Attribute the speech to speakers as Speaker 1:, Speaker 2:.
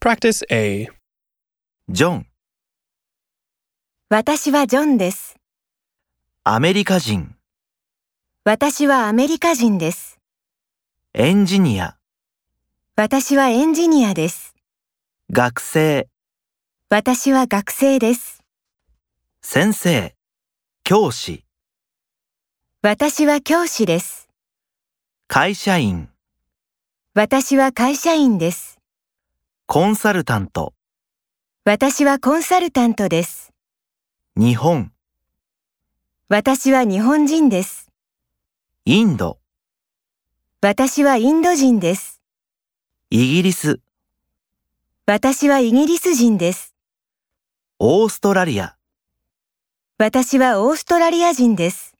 Speaker 1: Practice A.
Speaker 2: ジョン、
Speaker 3: 私はジョンです。
Speaker 2: アメリカ人、
Speaker 3: 私はアメリカ人です。
Speaker 2: エンジニア、
Speaker 3: 私はエンジニアです。
Speaker 2: 学生、
Speaker 3: 私は学生です。
Speaker 2: 先生、教師、
Speaker 3: 私は教師です。
Speaker 2: 会社員、
Speaker 3: 私は会社員です。
Speaker 2: コンサルタント、
Speaker 3: 私はコンサルタントです。
Speaker 2: 日本、
Speaker 3: 私は日本人です。
Speaker 2: インド、
Speaker 3: 私はインド人です。
Speaker 2: イギリス、
Speaker 3: 私はイギリス人です。
Speaker 2: オーストラリア。
Speaker 3: 私はオーストラリア人です。